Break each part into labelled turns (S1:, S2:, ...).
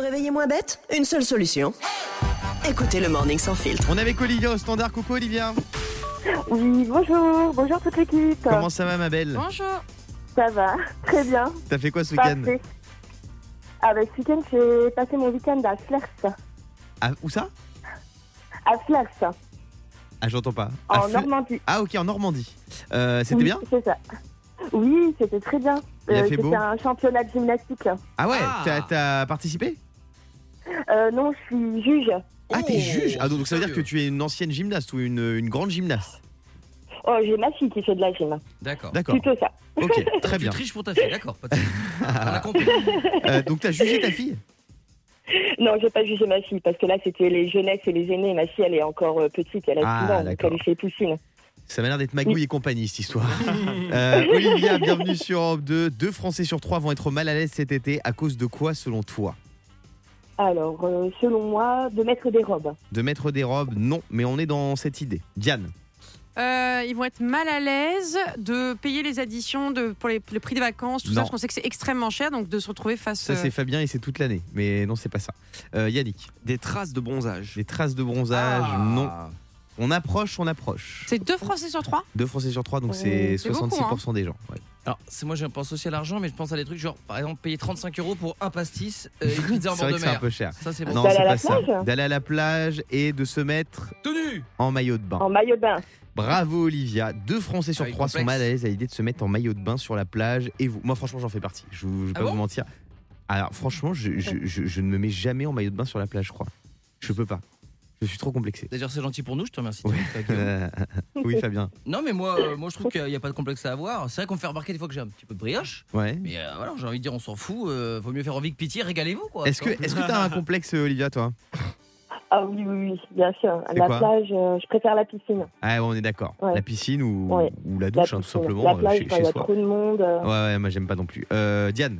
S1: réveiller moins bête Une seule solution. Écoutez le Morning Sans Filtre.
S2: On est avec Olivia au standard. Coucou Olivia.
S3: Oui, bonjour, bonjour toute l'équipe.
S2: Comment ça va ma belle
S4: Bonjour.
S3: Ça va Très bien,
S2: T'as fait quoi ce week-end
S3: parfait. Avec ce week-end, j'ai passé mon week-end à Flers.
S2: Ah, Où ça
S3: À Flers,
S2: Ah, j'entends pas. Ah,
S3: en
S2: Fle-
S3: Normandie.
S2: Ah, ok, en Normandie. Euh, C'était
S3: Oui,
S2: bien
S3: C'est ça. Oui, c'était très bien. Euh,
S2: Il a fait beau
S3: c'était un championnat de gymnastique.
S2: Ah ouais,
S5: Ah.
S2: t'as- t'as participé
S3: Euh, non, je suis juge.
S2: Ah, t'es
S5: Oh,
S2: juge Ah, donc ça veut dire que
S5: sérieux
S2: tu es une ancienne gymnaste ou une, une grande gymnaste
S3: Oh, j'ai ma fille qui fait de la gym.
S5: D'accord.
S2: D'accord,
S3: Plutôt ça.
S2: ok, très
S5: Tu
S2: bien.
S5: triches pour ta fille, d'accord. pas de souci. On a compris.
S2: Euh, donc t'as jugé ta fille
S3: Non, j'ai pas jugé ma fille parce que là, c'était les jeunesses et les aînés. Ma fille, elle est encore euh, petite, elle a 6
S2: Ah,
S3: ans, donc
S2: d'accord.
S3: elle est chez Poussine.
S2: Ça m'a l'air d'être magouille et compagnie cette histoire. Euh, Olivia, bienvenue sur Europe 2. Deux Français sur trois vont être mal à l'aise cet été. À cause de quoi, selon toi
S3: Alors, euh, selon moi, de mettre des robes.
S2: De mettre des robes Non, mais on est dans cette idée. Diane,
S4: Euh, ils vont être mal à l'aise de payer les additions de, pour les, le prix des vacances, tout
S2: Non.
S4: ça, parce qu'on sait que c'est extrêmement cher, donc de se retrouver face.
S2: ça
S4: euh,
S2: c'est Fabien et c'est toute l'année. Mais non, c'est pas ça. Euh, Yannick,
S5: Des traces de bronzage.
S2: les traces de bronzage
S5: Ah.
S2: Non. On approche, on approche.
S4: C'est deux Français sur trois.
S2: Deux Français sur trois, donc
S3: Euh,
S2: c'est
S4: c'est beaucoup,
S2: 66% des gens. ouais.
S5: Alors, c'est moi, je pense aussi à l'argent, mais je pense à des trucs genre, par exemple, payer 35 euros pour un pastis euh, et une
S2: C'est
S5: pizza en bord
S2: vrai
S5: de
S2: que c'est un
S5: mer.
S2: peu cher.
S5: Ça, c'est bon.
S2: Non,
S3: D'aller
S2: c'est
S3: à la
S2: pas ça.
S3: plage
S2: D'aller à la plage et de se mettre
S5: Tenue
S2: en maillot de bain.
S3: En maillot de bain.
S2: Bravo Olivia, deux Français sur
S5: Ah oui,
S2: trois sont
S5: complexe.
S2: mal à l'aise à l'idée de se mettre en maillot de bain sur la plage et vous. Moi franchement j'en fais partie, je, vous- je vais
S5: Ah
S2: pas
S5: bon
S2: vous mentir. Alors franchement je, je- je- je ne me mets jamais en maillot de bain sur la plage je crois. Je peux pas. Je suis trop complexé.
S5: D'ailleurs, c'est gentil pour nous, je te remercie.
S2: Ouais.
S5: T'as gueule.
S2: Euh, oui Fabien.
S5: Non, mais moi, euh, moi je trouve qu'il n'y a pas de complexe à avoir. C'est vrai qu'on me fait remarquer des fois que j'ai un petit peu de brioche,
S2: Ouais.
S5: mais euh, voilà, j'ai envie de dire, on s'en fout. euh, vaut mieux faire envie que pitié, régalez-vous quoi.
S2: Est-ce que est-ce que t'as un complexe euh, Olivia toi
S3: Ah oui, oui, oui, bien sûr. À
S2: C'est
S3: la
S2: quoi
S3: plage, euh, je préfère la piscine.
S2: Ah ouais, on est d'accord.
S3: Ouais.
S2: La piscine ou,
S3: Ouais.
S2: ou la
S3: La
S2: douche hein, tout
S3: piscine.
S2: simplement
S3: La
S2: euh,
S3: plage,
S2: chez,
S3: quand
S2: chez
S3: il y a
S2: soi.
S3: trop de monde. euh,
S2: Ouais ouais moi j'aime pas non plus. Euh, Diane.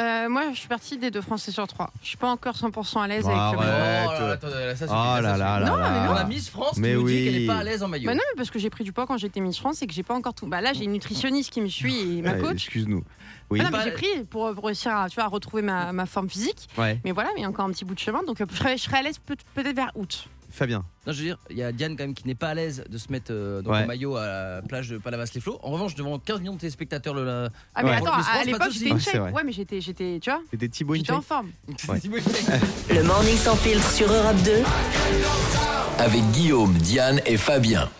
S4: Euh, moi, je suis partie des deux Français sur trois. Je suis pas encore 100% à l'aise
S2: Ah
S4: avec le
S2: ouais.
S5: Oh là
S4: maillot.
S2: toi.
S5: là, attends, là, ça
S2: Oh
S5: suffit,
S2: là
S5: ça
S2: là
S5: suffit.
S2: là
S4: Non,
S2: là.
S4: mais
S5: On a Miss France
S2: Mais
S5: qui nous
S2: oui.
S5: dit qu'elle n'est pas à l'aise en maillot.
S4: Bah non, mais parce que j'ai pris du poids quand j'étais Miss France et que j'ai pas encore tout. Bah là, j'ai une nutritionniste qui me suit et ma
S2: Ouais,
S4: coach.
S2: Excuse-nous. Oui.
S4: Ah non, mais
S5: Bah-
S4: j'ai pris pour, pour réussir à, tu vois, à retrouver ma, ma forme physique.
S2: Ouais.
S4: Mais voilà, mais il y a encore un petit bout de chemin. Donc euh, je serai, je serai à l'aise peut- peut-être vers août.
S2: Fabien.
S5: Non, je veux dire, il y a Diane quand même qui n'est pas à l'aise de se mettre euh, donc
S2: Ouais.
S5: en maillot à la plage de Palavas-les-Flots. En revanche, devant 15 millions de téléspectateurs, le, la...
S4: Ah, mais
S2: Ouais.
S4: attends,
S5: Pour Miss
S4: à, à
S5: France, pas de
S4: l'époque,
S5: soucis.
S4: j'étais une
S2: Ouais, c'est
S4: shape.
S2: vrai.
S4: Ouais, mais j'étais, j'étais, tu vois,
S2: C'était Thibaut
S4: j'étais en forme.
S2: Ouais.
S1: Le Morning Sans Filtre sur Europe 2.
S6: Avec Guillaume, Diane et Fabien.